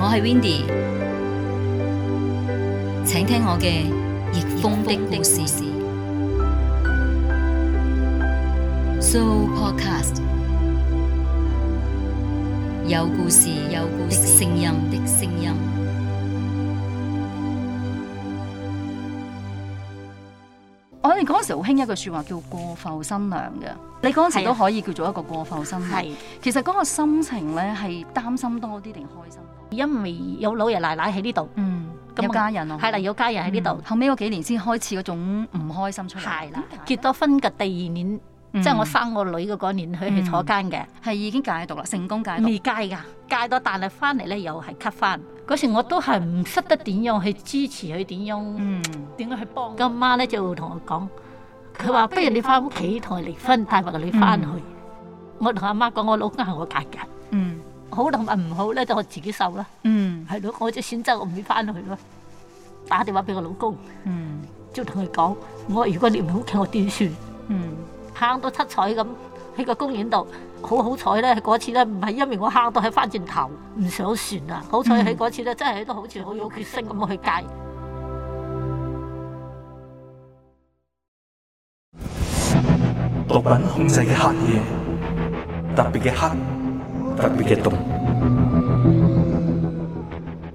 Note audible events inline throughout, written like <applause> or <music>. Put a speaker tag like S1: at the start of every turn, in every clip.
S1: 係 Windy，請聽我嘅逆風的故事。So Podcast 有故事，有故事的聲音的聲音。我哋哦嗰陣時好興一句説話叫過埠新娘嘅，你嗰陣時
S2: 係啊
S1: 都可以叫做一個過埠新娘。
S2: 係，
S1: 其實嗰個心情咧係擔心多啲定開心多？
S2: 因為有老爺奶奶喺呢度，
S1: 嗯，
S2: 咁
S1: 有
S2: 我
S1: 家人咯，
S2: 係啦，有家人喺呢
S1: 嗯
S2: 度，
S1: 後尾嗰幾年先開始嗰種唔開心出嚟。
S2: 嗯
S1: 嗯
S2: 係啦。
S1: 點
S2: 結
S1: 解
S2: 咗婚嘅第二年，
S1: 嗯
S2: 即係我生我女嘅嗰年，佢
S1: 嗯
S2: 係坐監嘅，
S1: 係已經戒毒啦，成功戒毒。
S2: 未戒㗎，戒咗，但係翻嚟咧又係咳翻。嗰時我都係唔識得點樣去支持佢，點樣
S1: 嗯，
S2: 點樣去幫。個媽咧就同我講，佢話不如你翻屋企嗯同佢離婚，帶埋你翻去。我同阿媽講，我老公係我揀嘅，
S1: 嗯，
S2: 好同埋唔好咧就我自己受啦。
S1: 嗯，
S2: 係咯，我就選擇我唔會翻去咯。打電話俾我老公，
S1: 嗯，
S2: 就同佢講：我話如果你唔喺屋企，我點算？
S1: 嗯，
S2: 坑到七彩咁喺個公園度，好好彩咧！嗰次咧唔係因為我坑到，係翻轉頭唔上船啊！好彩喺嗰次咧，真係喺度好似好有決心咁去戒。
S3: 毒品控制嘅黑夜，特別嘅黑，特別嘅凍。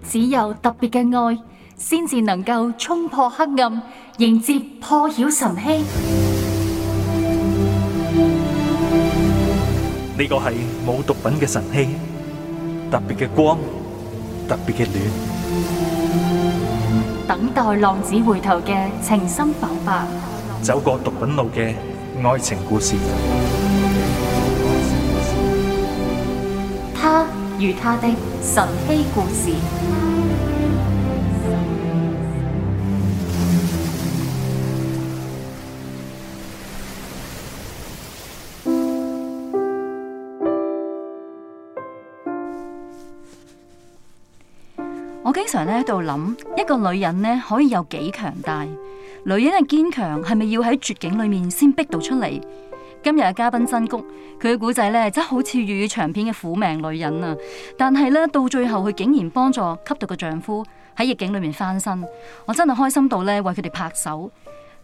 S4: 只有特別嘅愛，先至能夠衝破黑暗，迎接破曉晨曦。
S3: 呢個係冇毒品嘅神器，特別嘅光，特別嘅暖。
S4: 等待浪子回頭嘅情深剖白，
S3: 走過毒品路嘅愛情故事，
S4: 他與他的晨曦故事。
S1: 我經常咧喺度諗，一個女人咧可以有幾強大？女人嘅堅強係咪要喺絕境裏面先逼到出嚟？今日嘅嘉賓真谷，佢嘅古仔咧真係好似粵語長片嘅苦命女人啊！但係咧到最後，佢竟然幫助吸毒嘅丈夫喺逆境裏面翻身，我真係開心到咧為佢哋拍手。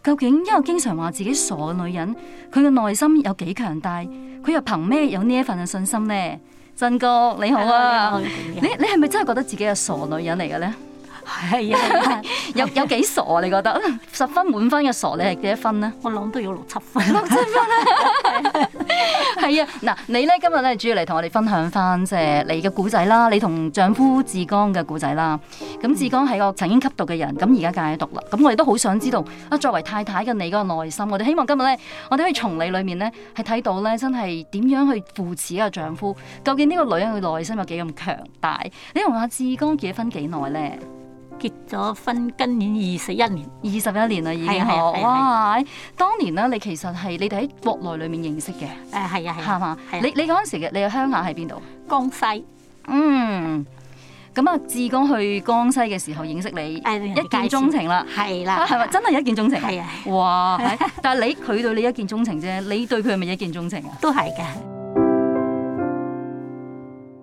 S1: 究竟一個經常話自己傻嘅女人，佢嘅內心有幾強大？佢又憑咩有呢一份嘅信心呢？真谷你好啊！你
S2: 係啊
S1: 你係咪真係覺得自己係傻女人嚟嘅咧？
S2: 係啊，
S1: 有有幾傻啊？你覺得 <laughs> 十分滿分嘅傻，你係幾多分呢？
S2: 我諗都有六七分。
S1: 係啊，嗱，你咧今日咧主要嚟同我哋分享翻即係你嘅故仔啦，你同丈夫志剛嘅故仔啦。咁志剛係個曾經吸毒嘅人，咁而家戒毒啦。咁我哋都好想知道啊，作為太太嘅你嗰個內心，我哋希望今日咧，我哋可以從你裏面咧係睇到咧，真係點樣去扶持一個丈夫。究竟呢個女人嘅內心有幾咁強大？你同阿志剛結咗婚幾耐咧？
S2: 結咗婚，今年二十一年，
S1: 二十一年啦，已經
S2: 係啊係啊
S1: 學
S2: 係
S1: 哇！當年咧，你其實係你哋喺國內裏面認識嘅，
S2: 誒係啊係
S1: 係
S2: 啊，
S1: 嘛？
S2: 係啊
S1: 你你嗰陣時嘅你嘅鄉下喺邊度？
S2: 江西
S1: 嗯，咁啊，志剛去江西嘅時候認識你，
S2: 誒人哋
S1: 一見
S2: 介紹
S1: 鍾情啦，
S2: 係
S1: 啊 <laughs>
S2: 啦，
S1: 係咪真係一見鍾情？
S2: 係啊，
S1: 哇！係但係你佢對你一見鍾情啫，你對佢係咪一見鍾情啊？
S2: 都係嘅。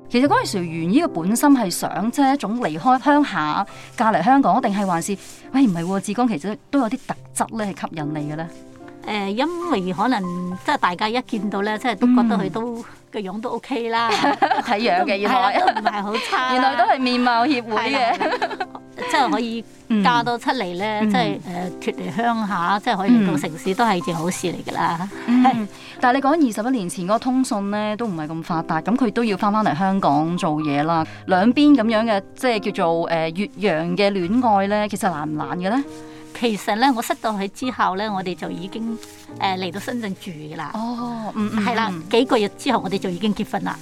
S1: 其實嗰陣時原呢個本心係想即係一種離開鄉下嫁嚟香港，定係還是喂唔係喎？志剛其實都有啲特質咧係吸引你嘅咧。
S2: 誒、因為可能即係大家一見到咧，即係都覺得
S1: 嗯
S2: 佢都個、樣 <laughs> 都 OK 啦，
S1: 睇樣嘅原
S2: 係啊
S1: 來。 <laughs>
S2: 都唔係好差啦，
S1: 原來都係面貌協會
S2: 係
S1: 嘅，
S2: 啦，係啦 <laughs> 即係可以嫁到出嚟咧，
S1: 嗯
S2: 即係誒脱離鄉下，即係可以嚟到城市，都係件好事嚟㗎啦。
S1: 嗯但係你講二十一年前嗰個通訊咧都唔係咁發達，咁佢都要翻翻嚟香港做嘢啦。兩邊咁樣嘅即係叫做誒越洋嘅戀愛咧，其實難唔難嘅咧？
S2: 其實咧，我識到佢之後咧，我哋就已經誒嚟到深圳住㗎啦。
S1: 哦，嗯
S2: 係啦，幾個月之後我哋就已經結婚啦，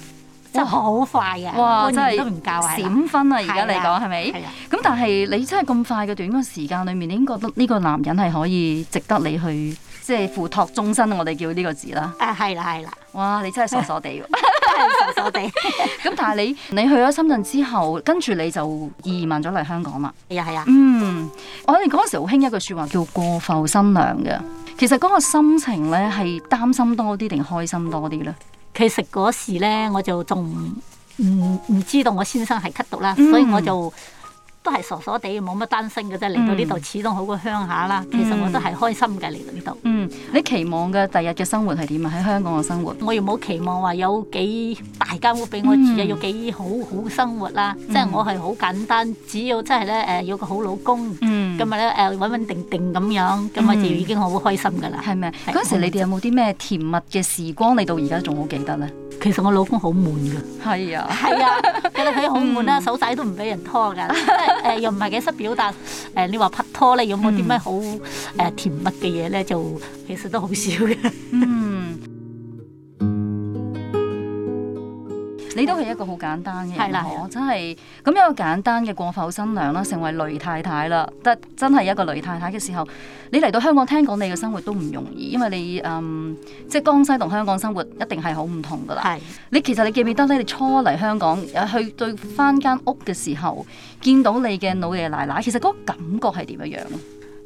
S2: 真係好快嘅，
S1: 哇！
S2: 半
S1: 真
S2: 年
S1: 係
S2: 都唔夠係啦
S1: 閃婚啊！而家嚟
S2: 係啦
S1: 講係咪？
S2: 係啦
S1: 咁但係你真係咁快嘅短嘅時間裏面，你已經覺得呢個男人係可以值得你去即係付託終身，我哋叫呢個字啦。
S2: 啊，係啦，係啦，
S1: 哇！你真係傻傻地喎〜
S2: 真係傻傻地。 <laughs>
S1: 咁但係你你去咗深圳之後，跟住你就移民咗嚟香港啦。
S2: 係啊，係啊。
S1: 嗯，我哋嗰陣時好興一句説話叫過埠新娘嘅。其實嗰個心情咧係擔心多啲定開心多啲咧？
S2: 其實嗰時咧，我就仲唔唔知道我先生係吸毒啦，
S1: 嗯
S2: 所以我就都係傻傻地，冇乜擔心嘅啫。嚟到呢度
S1: 嗯
S2: 始終好過鄉下啦，其實我都係開心嘅嚟到呢度。
S1: 嗯，你期望嘅第日嘅生活係點啊？喺香港嘅生活，
S2: 我又冇期望話有幾大間屋俾我住啊，
S1: 嗯
S2: 有幾好好生活啦。
S1: 嗯
S2: 即係我係好簡單，只要真係咧誒有個好老公，
S1: 嗯
S2: 咁啊咧誒穩穩定定咁樣，咁我就
S1: 嗯
S2: 已經好開心噶啦。
S1: 係咪？
S2: 係
S1: 嗰陣時你哋有冇啲咩甜蜜嘅時光？你到而家仲好記得咧？
S2: 其實我老公好悶㗎。
S1: 係啊，
S2: 係啊，覺得佢好悶啦，
S1: 嗯
S2: 手仔都唔俾人拖㗎，即係誒又唔係幾識表達。誒你話拍拖咧，有冇啲咩好誒
S1: 嗯
S2: 甜蜜嘅嘢咧？就其實都好少
S1: <laughs>
S2: 嘅。
S1: 嗯。你都係一個好簡單嘅
S2: 係
S1: 人
S2: 啦係
S1: 我
S2: 啦
S1: 真係咁一個簡單嘅過埠新娘啦，成為雷太太啦，得真係一個雷太太嘅時候，你嚟到香港，聽講你嘅生活都唔容易，因為你嗯即係江西同香港生活一定係好唔同噶啦。
S2: 係
S1: 你其實你記唔記得咧？你初嚟香港，呃去對翻間屋嘅時候，見到你嘅老爺奶奶，其實嗰個感覺係點樣樣咧？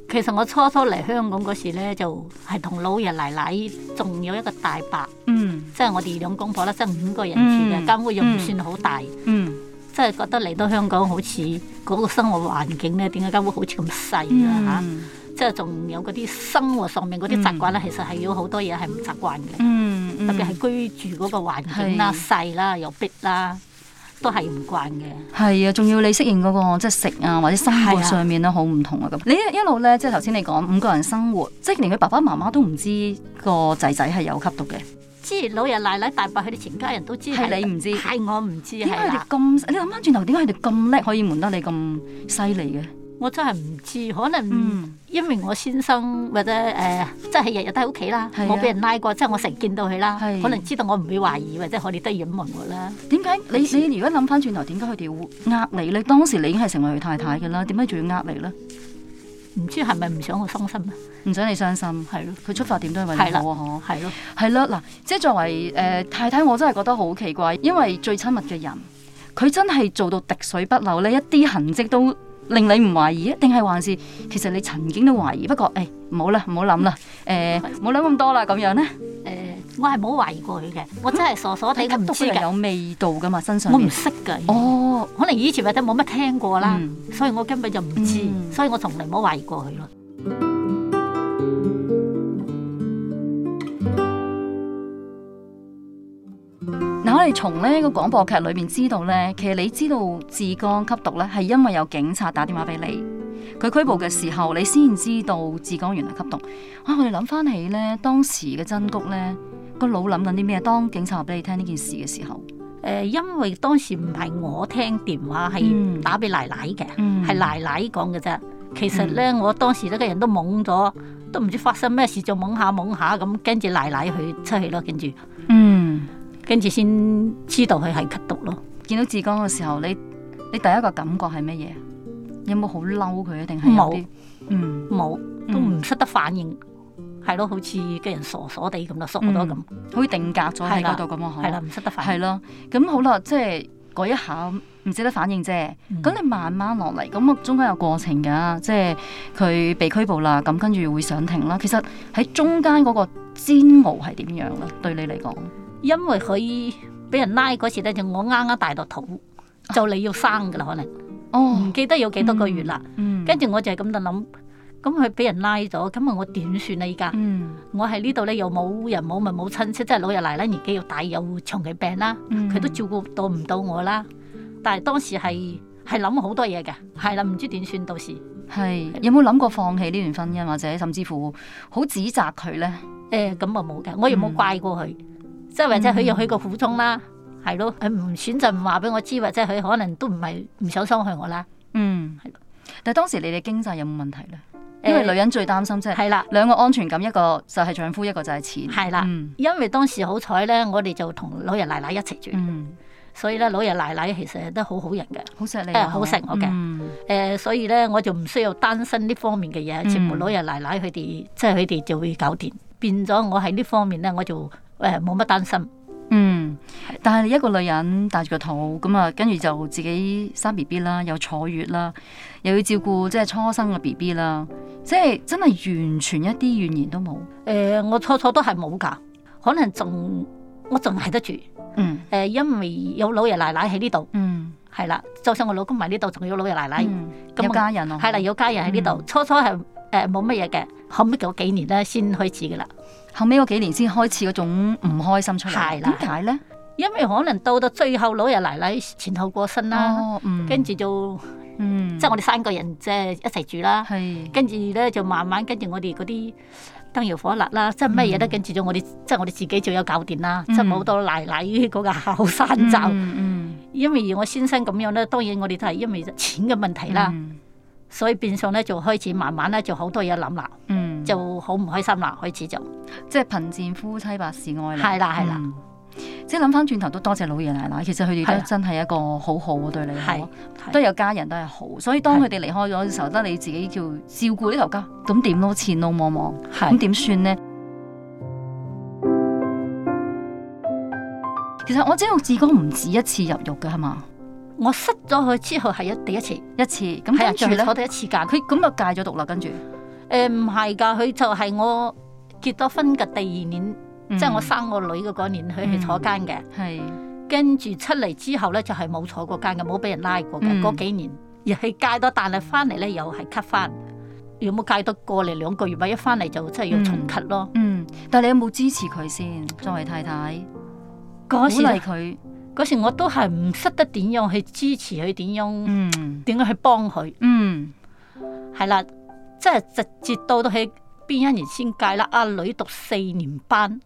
S2: 其實我初初嚟香港嗰時咧，就係同老爺奶奶，仲有一個大伯，
S1: 嗯
S2: 即係我哋兩公婆啦，即係五個人住嘅
S1: 嗯
S2: 間屋又唔
S1: 嗯
S2: 算好大，
S1: 嗯
S2: 即係覺得嚟到香港好似嗰個生活環境咧，點解間屋好似咁細啊嚇？
S1: 嗯
S2: 即係仲有嗰啲生活上面嗰啲習慣咧，其實係有好多嘢係唔習慣嘅。
S1: 嗯，
S2: 特別係居住嗰個環境啦、
S1: 係
S2: 細啦、又逼啦，都係唔慣嘅。
S1: 係啊，仲要你適應嗰、個即係食啊，或者生活上面咧好唔同啊咁。你一一路咧，即係頭先你講五個人生活，即係連佢爸爸媽媽都唔知個仔仔係啊有吸毒嘅，
S2: 之前老爺奶奶大伯佢哋全家人都知，
S1: 係你唔知
S2: 係我唔知
S1: 點
S2: 係
S1: 解佢哋
S2: 啦，
S1: 咁？你諗翻轉頭，點解佢哋咁叻可以瞞得你咁犀利嘅？
S2: 我真係唔知，可能、
S1: 嗯
S2: 因為我先生或者誒、呃即係日日都喺屋企啦，
S1: 係啊
S2: 我俾人拉過，即係我成日見到佢啦，
S1: 係
S2: 可能知道我唔會懷疑或者佢哋都隱瞞我啦。
S1: 點解你你如果諗翻轉頭，點解佢哋會呃你咧？當時你已經係成為佢太太嘅啦，點解仲要呃你咧？
S2: 唔知係咪唔想我傷心啊？
S1: 唔想你傷心，
S2: 係咯，
S1: 佢出發點都係為
S2: 係
S1: 你
S2: 啦
S1: 好啊！
S2: 係咯，
S1: 嗬，係啦，嗱，即係作為誒、呃太太，我真係覺得好奇怪，因為最親密嘅人，佢真係做到滴水不漏咧，一啲痕跡都令你唔懷疑，定係還是其實你曾經都懷疑，不過誒唔好啦，唔好諗啦，誒
S2: 係
S1: 唔好諗咁多啦，咁樣咧，
S2: 誒、我係冇懷疑過佢嘅，我真係傻傻地，我唔
S1: 吸毒
S2: 知
S1: 嘅人
S2: 㗎，
S1: 有味道噶嘛身上
S2: 我唔
S1: 面，
S2: 識㗎。
S1: 哦，
S2: 可能以前或者冇乜聽過啦，
S1: 嗯
S2: 所以我根本就唔知，
S1: 嗯
S2: 所以我從嚟冇懷疑過佢咯。
S1: 嗱，我哋從呢個廣播劇裏面知道呢，其實你知道志剛吸毒呢，係因為有警察打電話俾你，佢拘捕嘅時候，你先知道志剛原來吸毒。啊，我哋諗翻起呢，當時嘅真谷呢，個腦諗緊啲咩？當警察話俾你聽呢件事嘅時候，
S2: 誒、因為當時唔係我聽電話，
S1: 嗯
S2: 係打俾奶奶嘅，係、
S1: 嗯
S2: 奶奶講嘅啫。其實咧，我當時呢個人都懵咗，都唔知發生咩事，就懵下懵下咁，跟住奶奶去出去咯，跟住
S1: 嗯，
S2: 跟住先知道佢係吸毒咯。
S1: 見到志剛嘅時候，你你第一個感覺係乜嘢？有冇好嬲佢啊？定係有
S2: 冇
S1: 啲嗯
S2: 冇都
S1: 嗯
S2: 唔識得反應，係咯，好似個人傻傻地咁咯，傻咗咁，
S1: 好似定格咗喺
S2: 係啦
S1: 嗰度咁啊？嗬
S2: 係啦，唔識得反
S1: 係
S2: 應。
S1: 咯，咁好啦，即係嗰一下唔值得反應啫。
S2: 嗯
S1: 咁、你慢慢落嚟，咁啊中間有過程㗎，即係佢被拘捕啦，咁跟住會上庭啦。其實喺中間嗰個煎熬係點樣咧？對你嚟講，
S2: 因為佢俾人拉嗰時咧，就我啱啱大落肚，就嚟要生噶啦，可能唔、
S1: 啊哦，
S2: 記得有幾多個月啦。
S1: 嗯，
S2: 跟住我就係咁就諗，咁佢俾人拉咗，咁啊我點算啊？依家
S1: 嗯，
S2: 我喺呢度咧又冇人冇物冇親戚，即係老爺奶奶年紀又大，有長期病啦，
S1: 嗯
S2: 佢都照顧到唔到我啦。但係當時係係諗好多嘢嘅，係啦，唔知點算到時。
S1: 係有冇諗過放棄呢段婚姻，或者甚至乎好指責佢咧？
S2: 誒咁啊冇嘅，我又
S1: 嗯
S2: 冇怪過佢，即係或者佢有佢個苦衷啦，
S1: 嗯
S2: 係咯，佢唔選擇唔話俾我知，或者佢可能都唔係唔想傷害我啦。
S1: 嗯
S2: 係咯，
S1: 但係當時你哋經濟有冇問題咧？
S2: 誒
S1: 因為女人最擔心即係
S2: 係啦。
S1: 兩個安全感，一個就係丈夫，一個就係錢。
S2: 係啦
S1: 嗯
S2: 因為當時好彩咧，我哋就同老爺奶奶一齊住，
S1: 嗯，
S2: 所以咧老爺奶奶其實都好好人嘅，
S1: 好錫你
S2: 誒
S1: 啊，
S2: 好錫我嘅
S1: 嗯
S2: 誒、所以咧我就唔需要擔心呢方面嘅嘢，
S1: 嗯
S2: 全部老爺奶奶佢哋即係佢哋就會搞掂，變咗我喺呢方面咧我就誒冇乜擔心，
S1: 嗯，但係你一個女人帶住個肚咁啊，跟住就自己生 B B 啦，又坐月啦，又要照顧即係初生嘅 B B 啦，即係真係完全一啲怨言都冇。
S2: 誒、我初初都係冇㗎，可能仲我仲捱得住，
S1: 嗯
S2: 誒，呃因為有老爺奶奶喺呢度，
S1: 嗯，
S2: 係啦，就算我老公唔喺呢度，仲有老爺奶奶，
S1: 嗯
S2: 咁
S1: 有
S2: 我
S1: 家人啊，
S2: 係啦，有家人喺呢度。初初係誒冇乜嘢嘅，後尾嗰幾年咧先開始嘅啦。
S1: 後尾嗰幾年先開始嗰種唔開心出嚟，
S2: 係啦
S1: 點解咧？
S2: 因為可能到到最後老爺奶奶前後過身啦，
S1: 哦，嗯
S2: 跟住就
S1: 嗯，
S2: 即係我哋三個人即係一齊住啦。
S1: 係
S2: 跟住咧就慢慢跟住我哋嗰啲燈油火蠟啦，即係乜嘢
S1: 嗯
S2: 都跟住咗我哋，即係我哋自己最有搞掂啦，即係冇到奶奶嗰個後山罩。
S1: 嗯
S2: 因為我先生咁樣咧，當然我哋都係因為錢嘅問題
S1: 嗯
S2: 啦，
S1: 嗯
S2: 所以變相咧就開始慢慢咧就好多嘢諗啦，
S1: 嗯，就
S2: 就好唔開心啦，開始就
S1: 即係貧賤夫妻百事愛啦，
S2: 係啦係啦
S1: 嗯。即係諗翻轉頭都多謝老爺奶奶，其實佢哋
S2: 係
S1: 都
S2: 啦
S1: 真係一個好好嘅嗯哦對你，
S2: 係
S1: 嗬都
S2: 係
S1: 有家人都係好，所以當佢哋離開咗嘅時候，得你自己叫照顧呢頭家，咁點咯？前路茫茫，咁
S2: 係
S1: 點算呢？其實我知道志哥唔止一次入獄嘅係嘛，
S2: 我失咗佢之後係一第一次，
S1: 一次咁
S2: 係啊，
S1: 跟
S2: 就
S1: 住
S2: 係
S1: 咧
S2: 坐，第一次間。
S1: 佢咁就戒咗毒啦，跟住
S2: 誒唔係㗎，佢就係我結咗婚嘅第二年，
S1: 即
S2: 即係我生我女嘅嗰年，佢嗯係坐監嘅。
S1: 係
S2: 跟住出嚟之後咧，就係冇坐過監嘅，冇俾人拉過嘅
S1: 嗯
S2: 嗰、幾年，而係戒咗，但係翻嚟咧又係咳翻，有冇戒得過嚟兩個月咪一翻嚟就真係要重咳咯。
S1: 嗯，但係你有冇支持佢先？作為太太，嗯鼓
S2: 嗰、
S1: 勵
S2: 時
S1: 佢，
S2: 嗰時我都係唔識得點樣去支持佢，點樣
S1: 嗯
S2: 點樣去幫佢，
S1: 嗯
S2: 係啦，即係直接到到佢邊一年先戒啦。阿女讀四年班，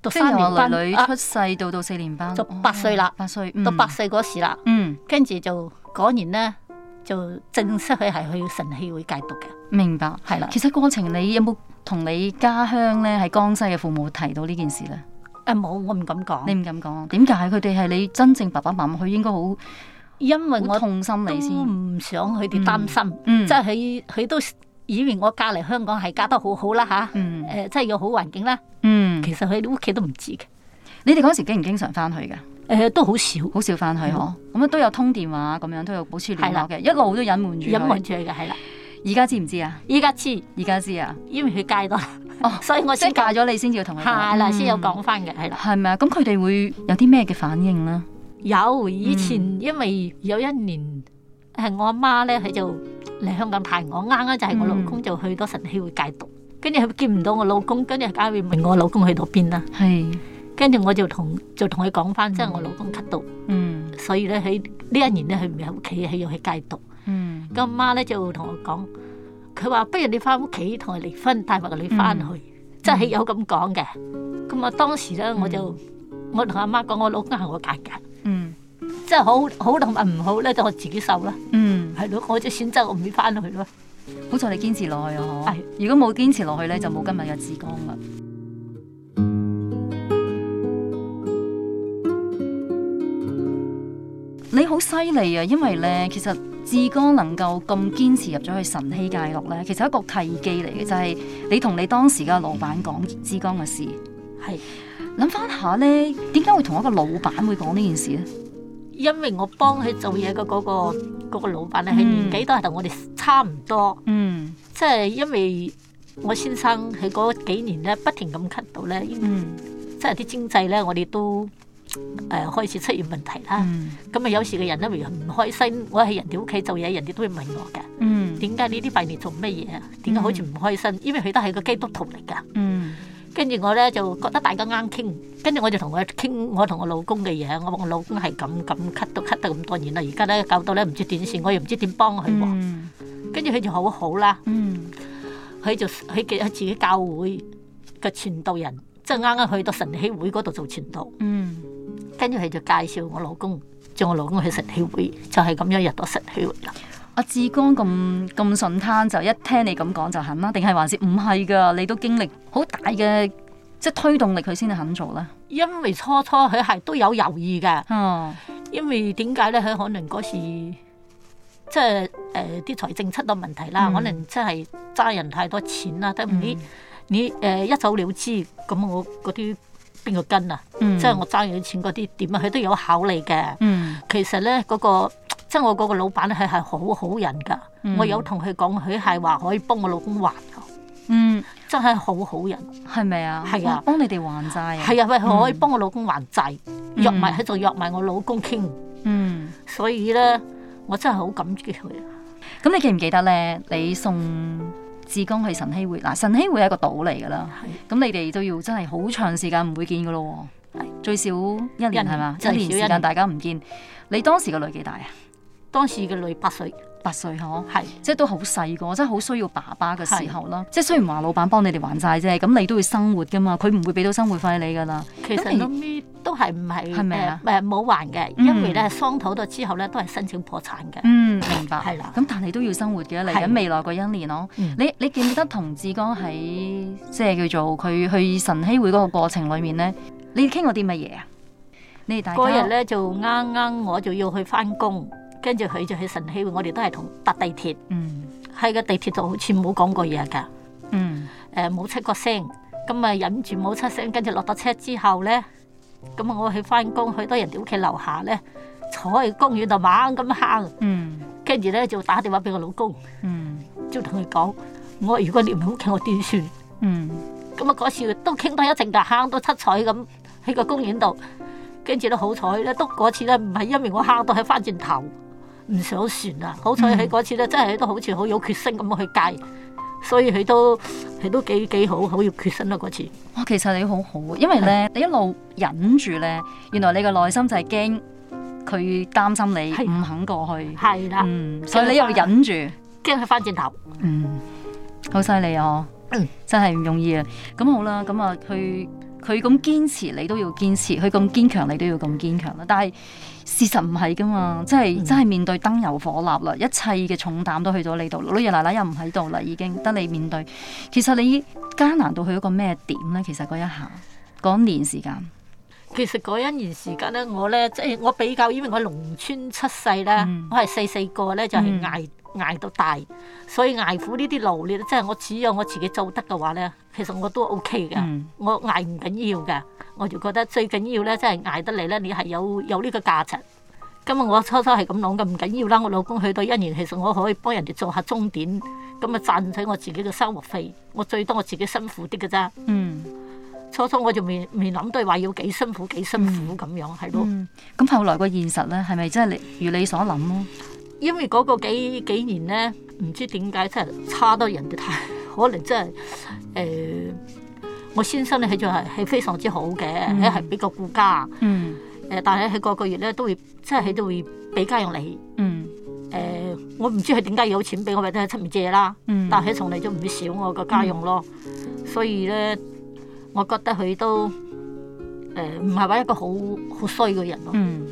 S2: 讀
S1: 即係
S2: 三
S1: 由
S2: 年
S1: 我
S2: 班，
S1: 女女
S2: 啊
S1: 出世到到四年班，
S2: 就八歲啦
S1: 哦八歲
S2: 到八，歲嗰時啦，
S1: 嗯嗯，
S2: 跟住就嗰年咧就正式佢係去神氣會戒毒嘅。
S1: 明白。
S2: 係啦，
S1: 其實過程你有冇同你家鄉咧喺江西嘅父母提到呢件事咧？
S2: 誒啊冇，我唔敢
S1: 你
S2: 講，
S1: 唔敢講，點解佢哋係你真正爸爸媽媽？佢應該好
S2: 因為
S1: 好
S2: 我
S1: 痛心
S2: 都
S1: 你先。
S2: 唔想佢哋擔心，
S1: 嗯
S2: 即係佢佢都以為我嫁嚟香港係嫁得好好啦吓，
S1: 嗯
S2: 誒即係有好環境啦。
S1: 嗯，
S2: 其實佢哋屋企都唔知嘅，
S1: 你哋嗰時經唔經常翻去㗎？
S2: 誒呃都好少
S1: 好少翻去嗬，咁啊都有通電話咁樣，都有保持聯
S2: 嗯係
S1: 絡
S2: 啦
S1: 嘅，一路都隱瞞住佢。
S2: 隱瞞住佢嘅係啦。
S1: 而家知唔知啊？
S2: 依家知，
S1: 而家知啊？
S2: 因為佢戒到啦，
S1: 哦，
S2: 所以我
S1: 即
S2: 先
S1: 係嫁咗你先至要同佢講。
S2: 係啦，先有
S1: 嗯
S2: 講翻嘅係啦。
S1: 係咪啊？咁佢哋會有啲咩嘅反應咧？
S2: 有以
S1: 嗯
S2: 前因為有一年係我阿媽咧，佢就嚟香港探我，啱啱就
S1: 嗯
S2: 係我老公就去咗神氣會戒毒，跟住佢見唔到我老公，跟住梗係會問我老公去到邊啦。
S1: 係，
S2: 跟住我就同就同佢講翻，即係我老公咳到，
S1: 嗯
S2: 所以咧喺呢一年咧佢唔喺屋企，佢要去戒毒。
S1: 嗯
S2: 咁媽咧就同我講，佢話不如你翻屋企同佢離婚，帶埋個女翻
S1: 嗯
S2: 去，即係有咁講嘅。咁啊當時咧我就我同阿媽講，我老公係我戒嘅，
S1: 嗯
S2: 即係好好同埋唔好咧就我自己受啦，
S1: 嗯，
S2: 係咯，我就選擇我唔會翻去咯。
S1: 好在你堅持落去啊！嗬
S2: 係，
S1: 如果冇堅持落去咧，就冇今日嘅志剛啦。你好犀利啊！因為咧，其實志剛能夠咁堅持入咗去神曦戒毒咧，其實係一個契機嚟嘅，就係、你同你當時嘅老闆講志剛嘅事。
S2: 係
S1: 諗翻下咧，點解會同一個老闆會講呢件事咧？
S2: 因為我幫佢做嘢嘅嗰個嗰個老闆咧，佢
S1: 嗯
S2: 年紀都係同我哋差唔多。
S1: 嗯
S2: 即係因為我先生佢嗰幾年咧，不停咁咳到咧，
S1: 嗯
S2: 即係啲經濟咧，我哋都誒、呃、開始出現問題啦。
S1: 嗯
S2: 咁啊、有時嘅人咧，譬如唔開心，我喺人哋屋企做嘢，人哋都會問我嘅，
S1: 嗯
S2: 點解呢啲拜年做乜嘢啊？點解好似唔開心？因為佢都係個基督徒嚟㗎。
S1: 嗯
S2: 跟住我咧就覺得大家啱傾，跟住我就同佢傾我同我老公嘅嘢。我話我老公係咁咁咳到咳到咁多年啦，而家咧搞到咧唔知點算，我又唔知點幫佢喎。
S1: 嗯
S2: 跟住佢就好好啦。
S1: 嗯
S2: 佢就佢嘅佢自己教會嘅傳道人，即係啱啱去到神禧會嗰度做傳道，
S1: 嗯
S2: 跟住佢就介紹我老公，叫我老公去神禧會，就係、咁樣入到神禧會啦。
S1: 阿志剛咁咁順攤，就一聽你咁講就肯啦，定係還是唔係㗎？你都經歷好大嘅即係推動力，佢先至肯做咧。
S2: 因為初初佢係都有猶豫嘅，
S1: 哦，
S2: 因為點解咧？佢可能嗰時即係誒啲財政出咗問題啦，
S1: 嗯
S2: 可能真係揸人太多錢啦，得唔知
S1: 嗯
S2: 你誒、呃一走了之，咁我嗰啲邊個跟啊？
S1: 嗯
S2: 即係我揸人錢嗰啲點啊？佢都有考慮嘅。
S1: 嗯
S2: 其實咧嗰、個即係我嗰個老闆佢係好好人㗎，
S1: 嗯
S2: 我有同佢講，佢係話可以幫我老公還㗎，
S1: 嗯，
S2: 真係好好人。
S1: 係咪啊？
S2: 係啊
S1: 哇幫你哋還債啊！
S2: 係啊，喂，佢可以幫我老公還債，約埋喺度約埋我老公傾，
S1: 嗯，
S2: 所以咧我真係好感激佢。
S1: 咁你記唔記得咧？你送志剛去晨曦會嗱，晨曦會係一個島嚟㗎啦。
S2: 係
S1: 咁你哋都要真係好長時間唔會見㗎咯喎，
S2: 係
S1: 最少一年係嘛？一
S2: 最少一
S1: 年
S2: 年
S1: 時間大家唔見。你當時個女幾大啊？
S2: 當時嘅女八歲，
S1: 八歲嗬。
S2: 係
S1: 即係都好細個，即係好需要爸爸嘅時候啦。即係雖然話老闆幫你哋還債啫，咁你都要生活噶嘛，佢唔會俾到生活費你噶啦。
S2: 其
S1: 咁你
S2: 實後尾都係唔係
S1: 係咪啊
S2: 誒誒冇還嘅，
S1: 嗯
S2: 因為咧喪討咗之後咧都係申請破產嘅。
S1: 嗯，明白。
S2: 係啦
S1: 咁但係都要生活嘅，嚟緊
S2: 係
S1: 未來嗰一年咯。
S2: 嗯
S1: 你你記唔記得同志剛喺即係叫做佢去晨曦會嗰個過程裡面咧，你傾過啲乜嘢啊？你哋大家
S2: 嗰日咧就啱啱我就要去翻工，跟住佢就去晨曦會，我哋都係同搭地鐵，
S1: 嗯
S2: 喺個地鐵度好似冇講過嘢㗎，
S1: 嗯
S2: 誒冇出過聲，咁啊忍住冇出聲，跟住落咗車之後咧，咁我去翻工，去到人哋屋企樓下咧，坐喺公園度猛咁行，
S1: 嗯
S2: 跟住咧就打電話俾我老公，
S1: 嗯
S2: 就同佢講：我話如果你唔喺屋企，我點算？
S1: 嗯
S2: 咁啊嗰次都傾到一陣㗎，坑到七彩咁喺個公園度，跟住都好彩咧，都嗰次咧唔係因為我坑到喺翻轉頭，唔上船啊！好彩喺嗰次咧，真係都好似好有決心咁去戒，所以佢都佢都幾幾好，好有決心咯嗰次。
S1: 哇，其實你好好，因為咧，你一路忍住咧，原來你個內心就係驚佢擔心你
S2: 係
S1: 唔肯過去，
S2: 係啦，
S1: 嗯，所以你又忍住，
S2: 驚佢翻轉頭。
S1: 嗯，好犀利啊！嗬
S2: 嗯
S1: 真係唔容易啊！咁好啦，咁啊，佢佢咁堅持，你都要堅持；佢咁堅強，你都要咁堅強啦。但係事實唔係噶嘛，即係、
S2: 嗯
S1: 真係面對燈油火蠟啦，一切嘅重擔都去到你度，老爺奶奶又唔喺度啦，已經得你面對。其實你艱難到去一個咩點咧？其實嗰一下嗰一年時間，
S2: 其實嗰一年時間咧，我咧即係我比較，因為我農村出世咧，
S1: 嗯
S2: 我係細細個咧就
S1: 嗯
S2: 係捱捱到大，所以捱苦呢啲勞咧，即係我只有我自己做得嘅話咧，其實我都 O K 嘅，
S1: 嗯
S2: 我捱唔緊要嘅，我就覺得最緊要咧，即係捱得嚟咧，你係有有呢個價值。咁啊，我初初係咁諗嘅，唔緊要啦。我老公去到一年，其實我可以幫人哋做下鐘點，咁啊賺取我自己嘅生活費。我最多我自己辛苦啲嘅咋。
S1: 嗯
S2: 初初我就未未諗到話要幾辛苦幾辛苦咁樣，係咯。
S1: 嗯，咁後來個現實咧，係咪真係你如你所諗咯？
S2: 因為嗰個幾幾年咧，唔知點解真係差到人哋太， <laughs> 可能真係誒、呃我先生咧佢就係係非常之好嘅，
S1: 嗯
S2: 佢係比較顧家
S1: 嗯
S2: 誒、呃但係佢個個月咧都會即係佢都會俾家用你
S1: 嗯
S2: 誒、呃我唔知佢點解有錢俾我，或者喺出面借啦，
S1: 嗯，
S2: 但係佢從嚟都唔會少我個家用咯，所以咧，我覺得佢都誒唔係話一個好好衰嘅人咯，
S1: 嗯，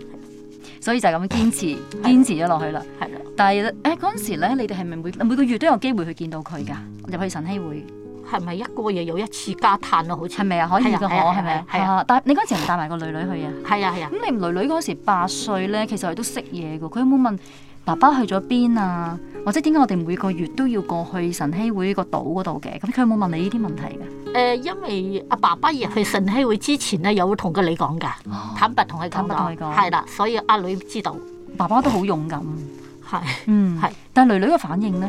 S1: 所以就係咁堅持，堅持咗落去啦。
S2: 係啦、
S1: 但係誒嗰陣時咧，你哋係咪每每個月都有機會去見到佢㗎？入去晨曦會
S2: 係咪一個月有一次加炭咯？好似
S1: 係咪啊？可以嘅可
S2: 係啊係啊
S1: 係咪啊？
S2: 係啊
S1: 啊！但係你嗰陣時係咪帶埋個女女去啊？
S2: 係啊係啊，
S1: 咁你女女嗰陣時八歲咧，其實佢都識嘢㗎。佢有冇問爸爸去咗邊啊？或者點解我哋每個月都要過去晨曦會個島嗰度嘅？咁佢有冇問你呢啲問題㗎？
S2: 誒、因為阿爸爸入去晨曦會之前咧，有同個你講㗎，坦白同佢
S1: 哦坦
S2: 講
S1: 白同佢
S2: 講，
S1: 講
S2: 係啦，所以阿女知道，
S1: 爸爸都好勇敢，
S2: 係
S1: 嗯，
S2: 係
S1: 但係女女嘅反應咧，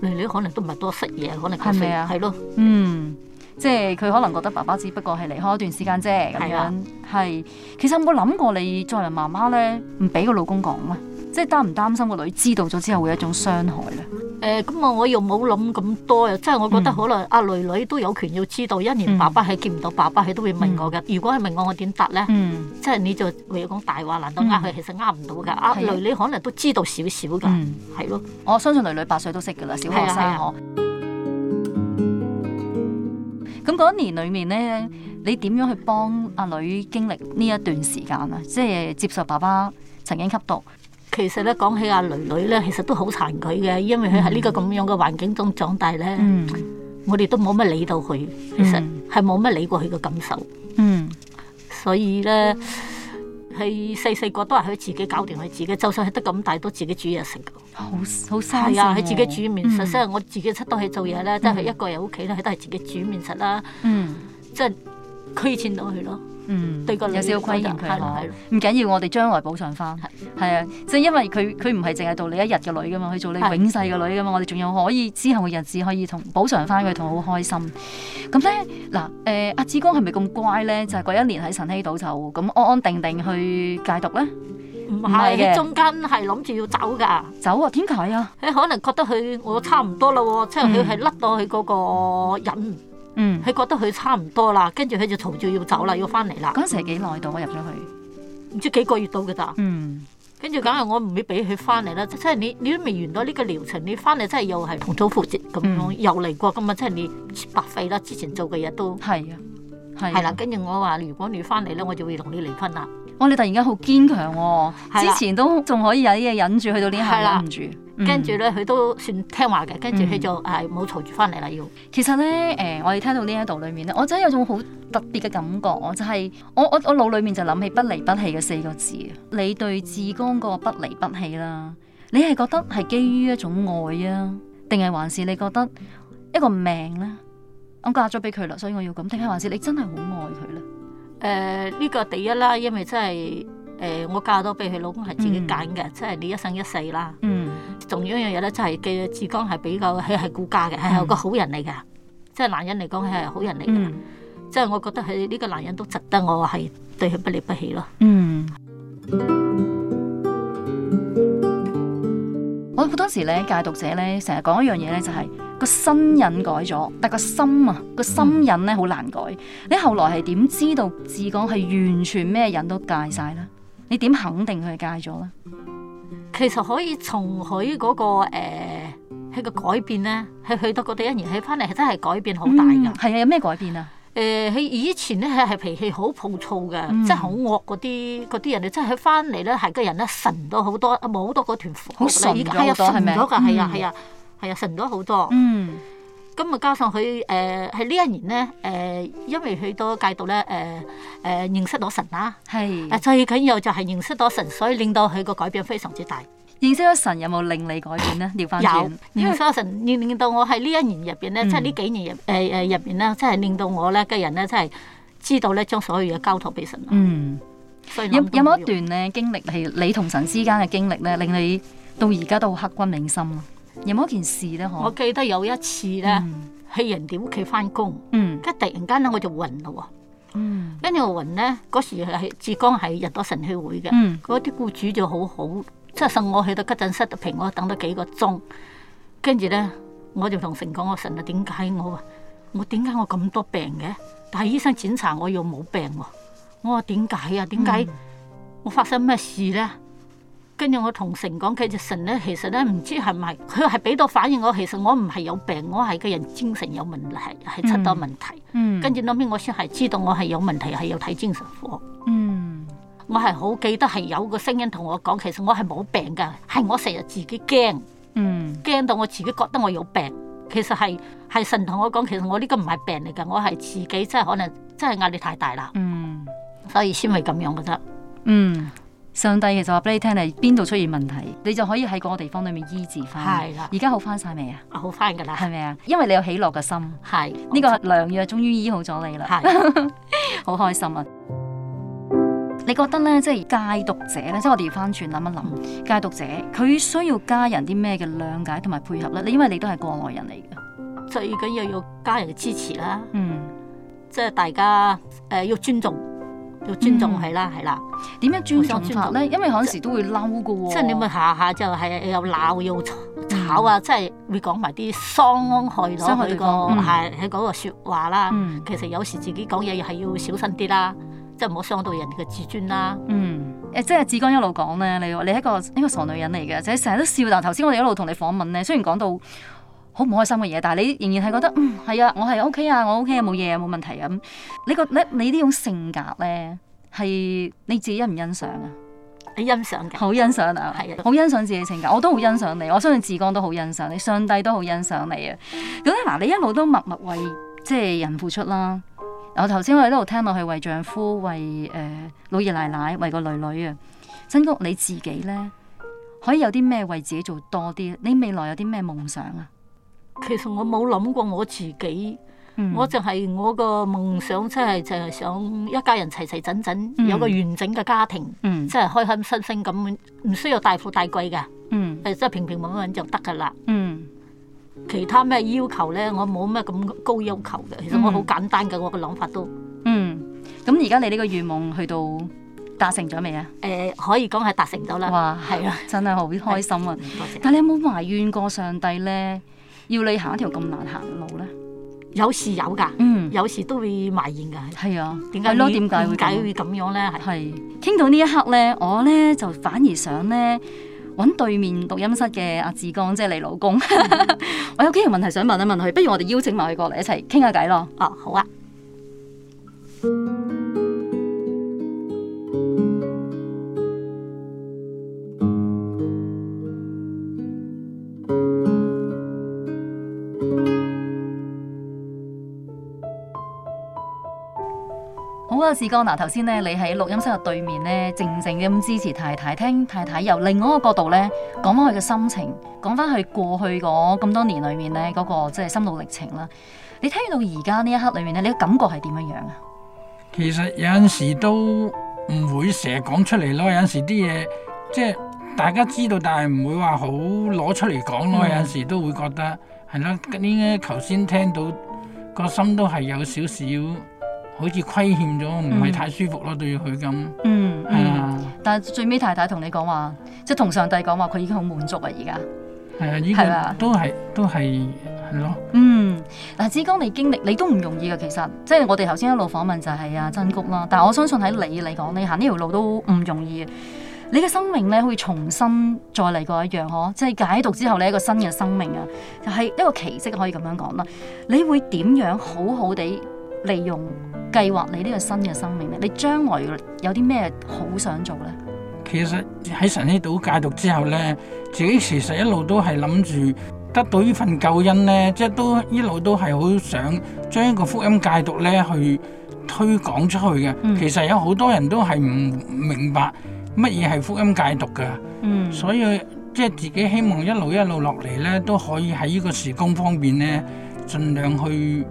S2: 女女可能都唔係多識嘢，可能
S1: 係咪啊
S2: 係咯，
S1: 嗯，即係佢可能覺得爸爸只不過係離開一段時間啫，咁
S2: 係啊
S1: 樣係。其實有冇諗過你作為媽媽咧，唔俾個老公講咧，即係擔唔擔心個女知道咗之後會有一種傷害咧？
S2: 誒咁啊，我又冇諗咁多啊，即係我覺得
S1: 嗯
S2: 可能阿女女都有權要知道，一
S1: 嗯
S2: 年爸爸係見唔到爸爸，佢都會問我嘅。如果佢問我，我點答咧？
S1: 嗯
S2: 即係你就會講大話，難道呃佢？其實呃唔到㗎，阿
S1: 係啊
S2: 女女可能都知道少少㗎，
S1: 嗯，
S2: 係咯。
S1: 我相信女女八歲都識㗎啦，小學
S2: 係
S1: 生
S2: 啊係
S1: 我。咁嗰一年裡面咧，你點樣去幫阿女經歷呢一段時間啊？即係接受爸爸曾經吸毒，
S2: 其實咧講起阿女女咧，其實都好殘佢嘅，因為佢喺呢個咁樣嘅環境中長大咧。
S1: 嗯
S2: 我哋都冇乜理到佢，其實係冇乜理過佢嘅感受，
S1: 嗯
S2: 所以咧係細細個都係佢自己搞掂佢自己，就算佢得咁大都自己煮嘢食㗎。
S1: 好好生
S2: 係啊，
S1: 性
S2: 佢自
S1: 喎
S2: 己煮麵食，
S1: 嗯
S2: 即係我自己出到去做嘢咧，即係佢一個人喺屋企咧，佢都係自己煮麵食啦，
S1: 嗯。
S2: 即係驅遷到佢咯。
S1: 嗯，
S2: 對個女
S1: 有少少規限
S2: 係
S1: 佢
S2: 咯
S1: 咯
S2: 係咯，
S1: 唔緊要，我哋將來補償翻
S2: 係。
S1: 係啊，即係因為佢佢唔係淨係做你一日嘅女噶嘛，佢做你
S2: 係
S1: 永世嘅女噶嘛，我哋仲有可以之後嘅日子可以同補償
S2: 嗯
S1: 翻佢，同好開心。咁咧嗱，誒阿志剛係咪咁乖咧？就係嗰一年喺晨曦島就咁安安定定去戒毒咧，
S2: 唔
S1: 係嘅
S2: 係，中間係諗住要走㗎。
S1: 走啊？點解啊？
S2: 佢可能覺得佢我差唔多啦喎，即係佢係甩到佢嗰個人，
S1: 嗯，
S2: 佢覺得佢差唔多啦，跟住佢就嘈住要走啦，要翻嚟啦，
S1: 嗰陣時係幾耐到我啊入咗去？
S2: 唔知幾個月到㗎咋。
S1: 嗯
S2: 跟住梗係我唔會俾佢翻嚟啦，即係你你都未完到呢個療程，你翻嚟真係又係重蹈覆轍咁樣，
S1: 嗯
S2: 又嚟過咁啊！即係你白費啦，之前做嘅嘢都
S1: 係啊，係啊
S2: 係啦。跟住我話，如果你翻嚟咧，我就會同你離婚啦。
S1: 哇！你突然間好堅強喎、
S2: 係啦
S1: 之前都仲可以有啲嘢忍住，去到呢
S2: 係
S1: 下
S2: 啦
S1: 忍唔住。
S2: 跟住
S1: 嗯
S2: 咧，佢都算聽話嘅，跟住佢
S1: 嗯
S2: 就係冇嘈住翻嚟啦，要
S1: 其實咧，誒、我哋聽到呢一度裏面咧，我真係有種好特別嘅感覺，我就係、我我我腦裏面就諗起不離不棄嘅四個字啊。你對志剛個不離不棄啦，你係覺得係基於一種愛啊，定係還是你覺得一個命咧？我嫁咗俾佢啦，所以我要咁，定係還是你真係好愛佢咧？
S2: 誒呢個第一啦，因為真係誒我嫁咗俾佢老公係自己揀嘅，即係你一生一世啦。
S1: 嗯
S2: 仲有一樣嘢咧，就係嘅志剛係比較佢係顧家嘅，係
S1: 嗯
S2: 個好人嚟嘅，即係男人嚟講佢係好人嚟嘅。
S1: 嗯
S2: 即係我覺得佢呢個男人都值得我係對佢不離不棄咯。
S1: 嗯。我好多時咧，戒毒者咧，成日講一樣嘢咧，就係、個身癮改咗，但個心啊，個心癮咧好難改。你後來係點知道志剛係完全咩癮都戒晒咧？你點肯定佢戒咗咧？
S2: 其實可以從佢嗰、個誒佢個改變咧，佢去到嗰度一年，佢翻嚟係真係改變好大㗎
S1: 嗯。係啊，有咩改變啊？
S2: 誒、佢以前咧係脾氣好暴躁嘅，
S1: 嗯
S2: 即係好惡嗰啲嗰啲人嚟，即係佢翻嚟咧係個人咧神咗好多，冇好多嗰團火啦，
S1: 好純咗
S2: 已經係啊
S1: 好多係
S2: 神
S1: 咪
S2: 咗㗎，係啊
S1: 嗯
S2: 係啊係啊神咗好多。
S1: 嗯
S2: 咁啊，加上佢誒喺呢一年咧，誒、因為佢到戒毒咧，誒、誒、認識到神啦、啊，
S1: 係
S2: 最緊要就係認識到神，所以令到佢個改變非常之大。
S1: 認識咗神有冇令你改變咧？調翻
S2: 有
S1: 轉，
S2: 認識到神，令令到我喺呢一年入邊咧，
S1: 嗯
S2: 即係呢幾年入誒誒入邊咧，即係令到我咧嘅人咧，即係知道咧將所有嘢交託俾神咯。
S1: 嗯。
S2: 所以諗
S1: 有
S2: 都
S1: 有冇一
S2: 冇用
S1: 段咧經歷係你同神之間嘅經歷咧，令你到而家都好刻骨銘心啊？有冇一件事咧？
S2: 我
S1: 可
S2: 記得有一次咧，去人哋屋企翻工，
S1: 嗯
S2: 跟住突然間咧我就暈咯
S1: 嗯
S2: 喎，跟住我暈咧嗰時係浙江係入咗神氣會嘅。
S1: 嗯
S2: 嗰啲僱主就好好，即係送我去到急診室度陪我等咗幾個鐘，跟住咧我就同神講：我神啊，點解我啊？我點解我咁多病嘅？但係醫生檢查我又冇病喎、我話點解啊？點
S1: 嗯
S2: 解我發生咩事咧？跟住我同神講，佢隻神咧，其實咧唔知係咪佢係俾到反應我，其實我唔係有病，我係個人精神有問題，係出咗問題。
S1: 嗯，
S2: 跟住後尾我先係知道我係有問題，係有睇精神科。
S1: 嗯
S2: 我係好記得係有個聲音同我講，其實我係冇病㗎，係我成日自己驚，
S1: 嗯
S2: 驚到我自己覺得我有病。其實係係神同我講，其實我呢個唔係病嚟㗎，我係自己真係可能真係壓力太大啦，
S1: 嗯
S2: 所以先會咁樣嘅啫。
S1: 嗯，上帝其實話俾你聽係邊度出現問題，你就可以喺嗰個地方裏面醫治翻。
S2: 係啦
S1: 而家好翻晒未啊？
S2: 好翻㗎啦，
S1: 係咪啊？因為你有喜樂嘅心，呢
S2: 係
S1: 個良藥終於醫好咗你啦。 <laughs>
S2: 係
S1: 好開心啊！你覺得咧，即係戒毒者咧，即係我哋翻轉諗一諗，戒毒者佢需要家人啲咩嘅諒解同埋配合咧？你因為你都係過來人嚟嘅，
S2: 最緊要有家人嘅支持啦，
S1: 嗯，
S2: 即係大家誒、呃要尊重，要尊重佢
S1: 嗯
S2: 啦，係啦、
S1: 點樣尊重法
S2: 互相尊
S1: 咧？
S2: 重
S1: 因為有陣時都會嬲嘅喎，
S2: 即係你咪下下就係又鬧又吵啊，即係會講埋啲傷害咗
S1: 嗯傷害對
S2: 佢個
S1: 方嗯
S2: 係佢嗰個説話啦。
S1: 嗯
S2: 其實有時自己講嘢係要小心啲啦，即係唔好傷到人哋嘅自尊啦。
S1: 嗯。誒，即係志剛一路講咧，你話你係一個一個傻女人嚟嘅，就係成日都笑。但係頭先我哋一路同你訪問咧，雖然講到好唔開心嘅嘢，但係你仍然係覺得嗯係啊，我係 O K 啊，我 O K 啊，冇嘢啊，冇問題啊。咁你覺得你呢種性格咧，係你自己欣唔欣賞啊？
S2: 欣賞嘅，
S1: 好欣賞啊
S2: 係啊，
S1: 好欣賞自己性格，我都好欣賞你，我相信志剛都好欣賞你，上帝都好欣賞你啊！咁咧嗱，你一路都默默為即係人付出啦。我頭先我喺度聽落去，為丈夫、為誒、呃老爺奶奶、為個女女啊，真谷你自己咧，可以有啲咩為自己做多啲？你未來有啲咩夢想啊？
S2: 其實我冇諗過我自己
S1: 嗯
S2: 我淨係我個夢想，即係就係想一家人齊齊整整，
S1: 嗯
S2: 有個完整嘅家庭，
S1: 嗯
S2: 即係開開心心咁，唔需要大富大貴嘅，
S1: 嗯
S2: 誒即係平平穩穩就得㗎啦。
S1: 嗯
S2: 其他咩要求咧，我冇咩咁高要求嘅。其實我好
S1: 嗯
S2: 簡單嘅，我嘅諗法都
S1: 嗯，咁而家你呢個願望去到達成咗未啊？
S2: 誒呃可以講係達成咗啦。
S1: 哇
S2: 係啊，
S1: 真係好開心啊！
S2: 多謝。
S1: 但你有冇埋怨過上帝呢？要你行一條咁難行嘅路呢？
S2: 有時有㗎，
S1: 嗯，
S2: 有時都會埋怨㗎。
S1: 係啊，
S2: 點解
S1: 係咯？
S2: 會
S1: 點解會
S2: 點解
S1: 咁？
S2: 會咁樣咧？係
S1: 係傾到呢一刻呢，我呢就反而想呢，揾對面錄音室嘅阿志剛，即係你老公。
S2: 嗯
S1: <laughs> 我有幾條問題想問一問佢，不如我哋邀請埋佢過嚟一齊傾下偈咯。
S2: 哦，好啊。
S1: 好啊，志剛嗱，頭先呢，你喺錄音室嘅對面呢，靜靜咁支持太太，聽太太由另外一個角度呢，講翻佢嘅心情，講翻佢過去嗰咁多年裏面呢，嗰、個即係心路歷程啦。你聽到而家呢一刻裏面呢，你嘅感覺係點樣樣啊？
S5: 其實有陣時都唔會成日講出嚟咯，有陣時啲嘢即係大家知道，但係唔會話好攞出嚟講咯。
S1: 嗯
S5: 有陣時都會覺得係咯，呢頭先聽到個心都係有少少好似虧欠咗，唔係太舒服咯，對佢咁
S1: 嗯，
S5: 係
S1: 嗯
S5: 啊，
S1: 但係最尾太太同你講話，即係同上帝講話，佢已經好滿足啊！而家，
S5: 係啊，呢
S1: 係啊
S5: 個都係都係係咯。
S1: 嗯，嗱，志剛你經歷你都唔容易嘅，其實，即係我哋頭先一路訪問就係阿曾菊啦，但係我相信喺你嚟講，你行呢條路都唔容易嘅。你嘅生命咧，可以重新再嚟過一樣，嗬，即係解讀之後咧，一個新嘅生命啊，就係一個奇蹟，可以咁樣講啦。你會點樣好好地利用計劃你呢個新嘅生命咧？你將來有啲咩好想做咧？
S5: 其實喺神呢度戒毒之後呢，自己其實一路都係諗住得到呢份救恩呢，即係都一路都係好想將一個福音戒毒呢去推廣出去嘅。
S1: 嗯
S5: 其實有好多人都係唔明白乜嘢係福音戒毒嘅，
S1: 嗯
S5: 所以即係自己希望一路一路落嚟呢，都可以喺呢個時工方面呢，盡量去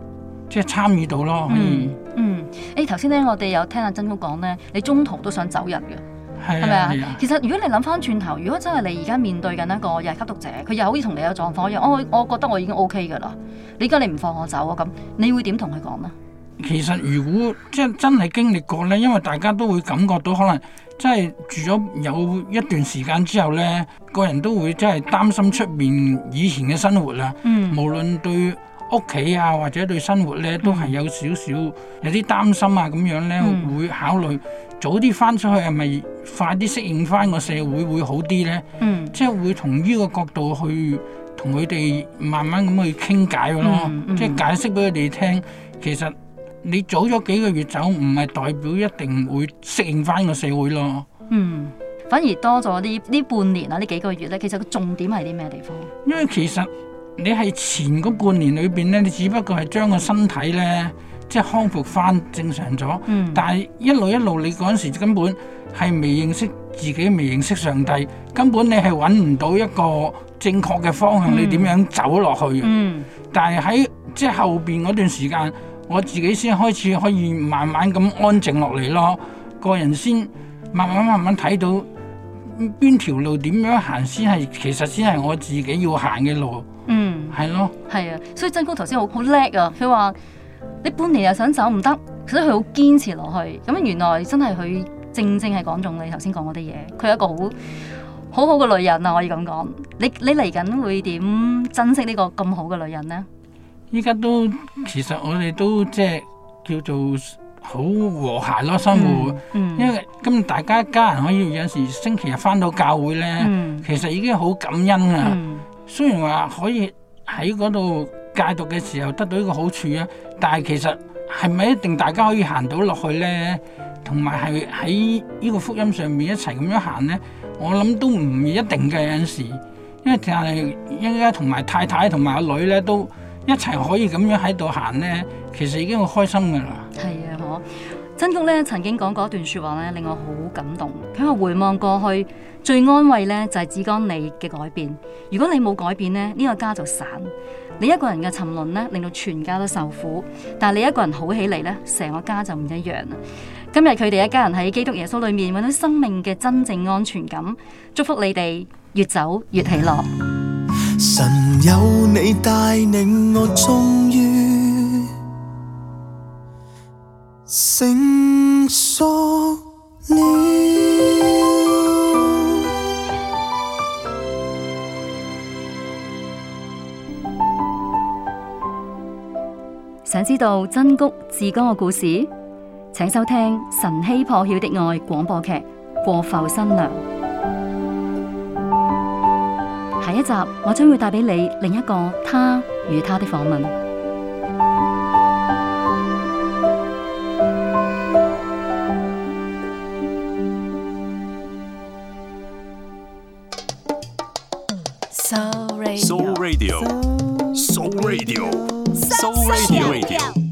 S5: 即係參與到咯，可以
S1: 嗯嗯，誒頭先咧，我哋有聽阿珍姑講咧，你中途都想走人嘅，
S5: 係
S1: 係咪
S5: 啊
S1: 啊
S5: 係啊？。
S1: 其實如果你諗翻轉頭，如果真係你而家面對緊一個又係吸毒者，佢又好似同你有狀況一樣，我我覺得我已經 O K 㗎啦，你而家你唔放我走啊咁，你會點同佢講呢？
S5: 其實如果即係真係經歷過呢，因為大家都會感覺到可能真係住咗有一段時間之後呢，個人都會真係擔心出面以前嘅生活啦。
S1: 嗯
S5: 無論對屋企啊或者對生活呢，都係有少少有啲擔心啊咁樣呢，
S1: 嗯
S5: 會考慮早啲翻出去係咪快啲適應翻個社會會好啲呢？
S1: 嗯
S5: 即係會從呢個角度去同佢哋慢慢咁去傾解嘅咯，
S1: 嗯嗯
S5: 即係解釋俾佢哋聽，其實你早咗幾個月走，唔係代表一定會適應翻個社會咯。
S1: 嗯，反而多咗呢呢半年啊，呢幾個月咧，其實個重點係啲咩地方？
S5: 因為其實你係前嗰半年裏邊呢，你只不過係將個身體呢，即係康復翻正常咗，
S1: 嗯
S5: 但係一路一路你嗰陣時根本係未認識自己，未認識上帝，根本你係揾唔到一個正確嘅方向，你點樣走落去嘅
S1: 嗯
S5: 但係喺即係後邊嗰段時間，我自己先開始可以慢慢咁安靜落嚟咯，個人先慢慢慢慢睇到邊條路點樣行先係，其實先係我自己要行嘅路，
S1: 嗯。
S5: 係咯。
S1: 係啊，所以真哥頭先好好叻啊！佢話你半年又想走唔得，所以佢好堅持落去。咁原來真係佢正正係講中你頭先講嗰啲嘢，佢係一個好好好嘅女人啊！可以咁講，你你嚟緊會點珍惜呢個咁好嘅女人呢？
S5: 依家都其實我哋都即係叫做好和諧咯，生活。
S1: 嗯
S5: 因為咁大家一家人可以有陣時星期日翻到教會呢，
S1: 嗯
S5: 其實已經好感恩啊啦。
S1: 嗯
S5: 雖然話可以喺嗰度戒毒嘅時候得到一個好處啊，但係其實係咪一定大家可以行到落去呢？同埋係喺呢個福音上面一齊咁樣行呢？我諗都唔一定嘅有陣時，因為但係應該同埋太太同埋阿女呢，都一齊可以咁樣喺度行呢，其實已經好開心噶啦。
S1: 係啊，嗬！曾菊咧曾經講過一段説話咧，令我好感動。佢話回望過去，最安慰咧就係、只講你嘅改變。如果你冇改變咧，呢、個家就散。你一個人嘅沉淪咧，令到全家都受苦；但係你一個人好起嚟咧，成個家就唔一樣啦。今日佢哋一家人喺基督耶穌裏面揾到生命嘅真正安全感，祝福你哋越走越喜樂。
S6: 神有你帶領，我終於成熟了。
S1: 想知道真谷志剛嘅故事，請收聽《晨曦破曉的愛》廣播劇《過埠新娘》。下一集我將會帶俾你另一個他與她的訪問。
S7: So Radio，So Radio，So Radio。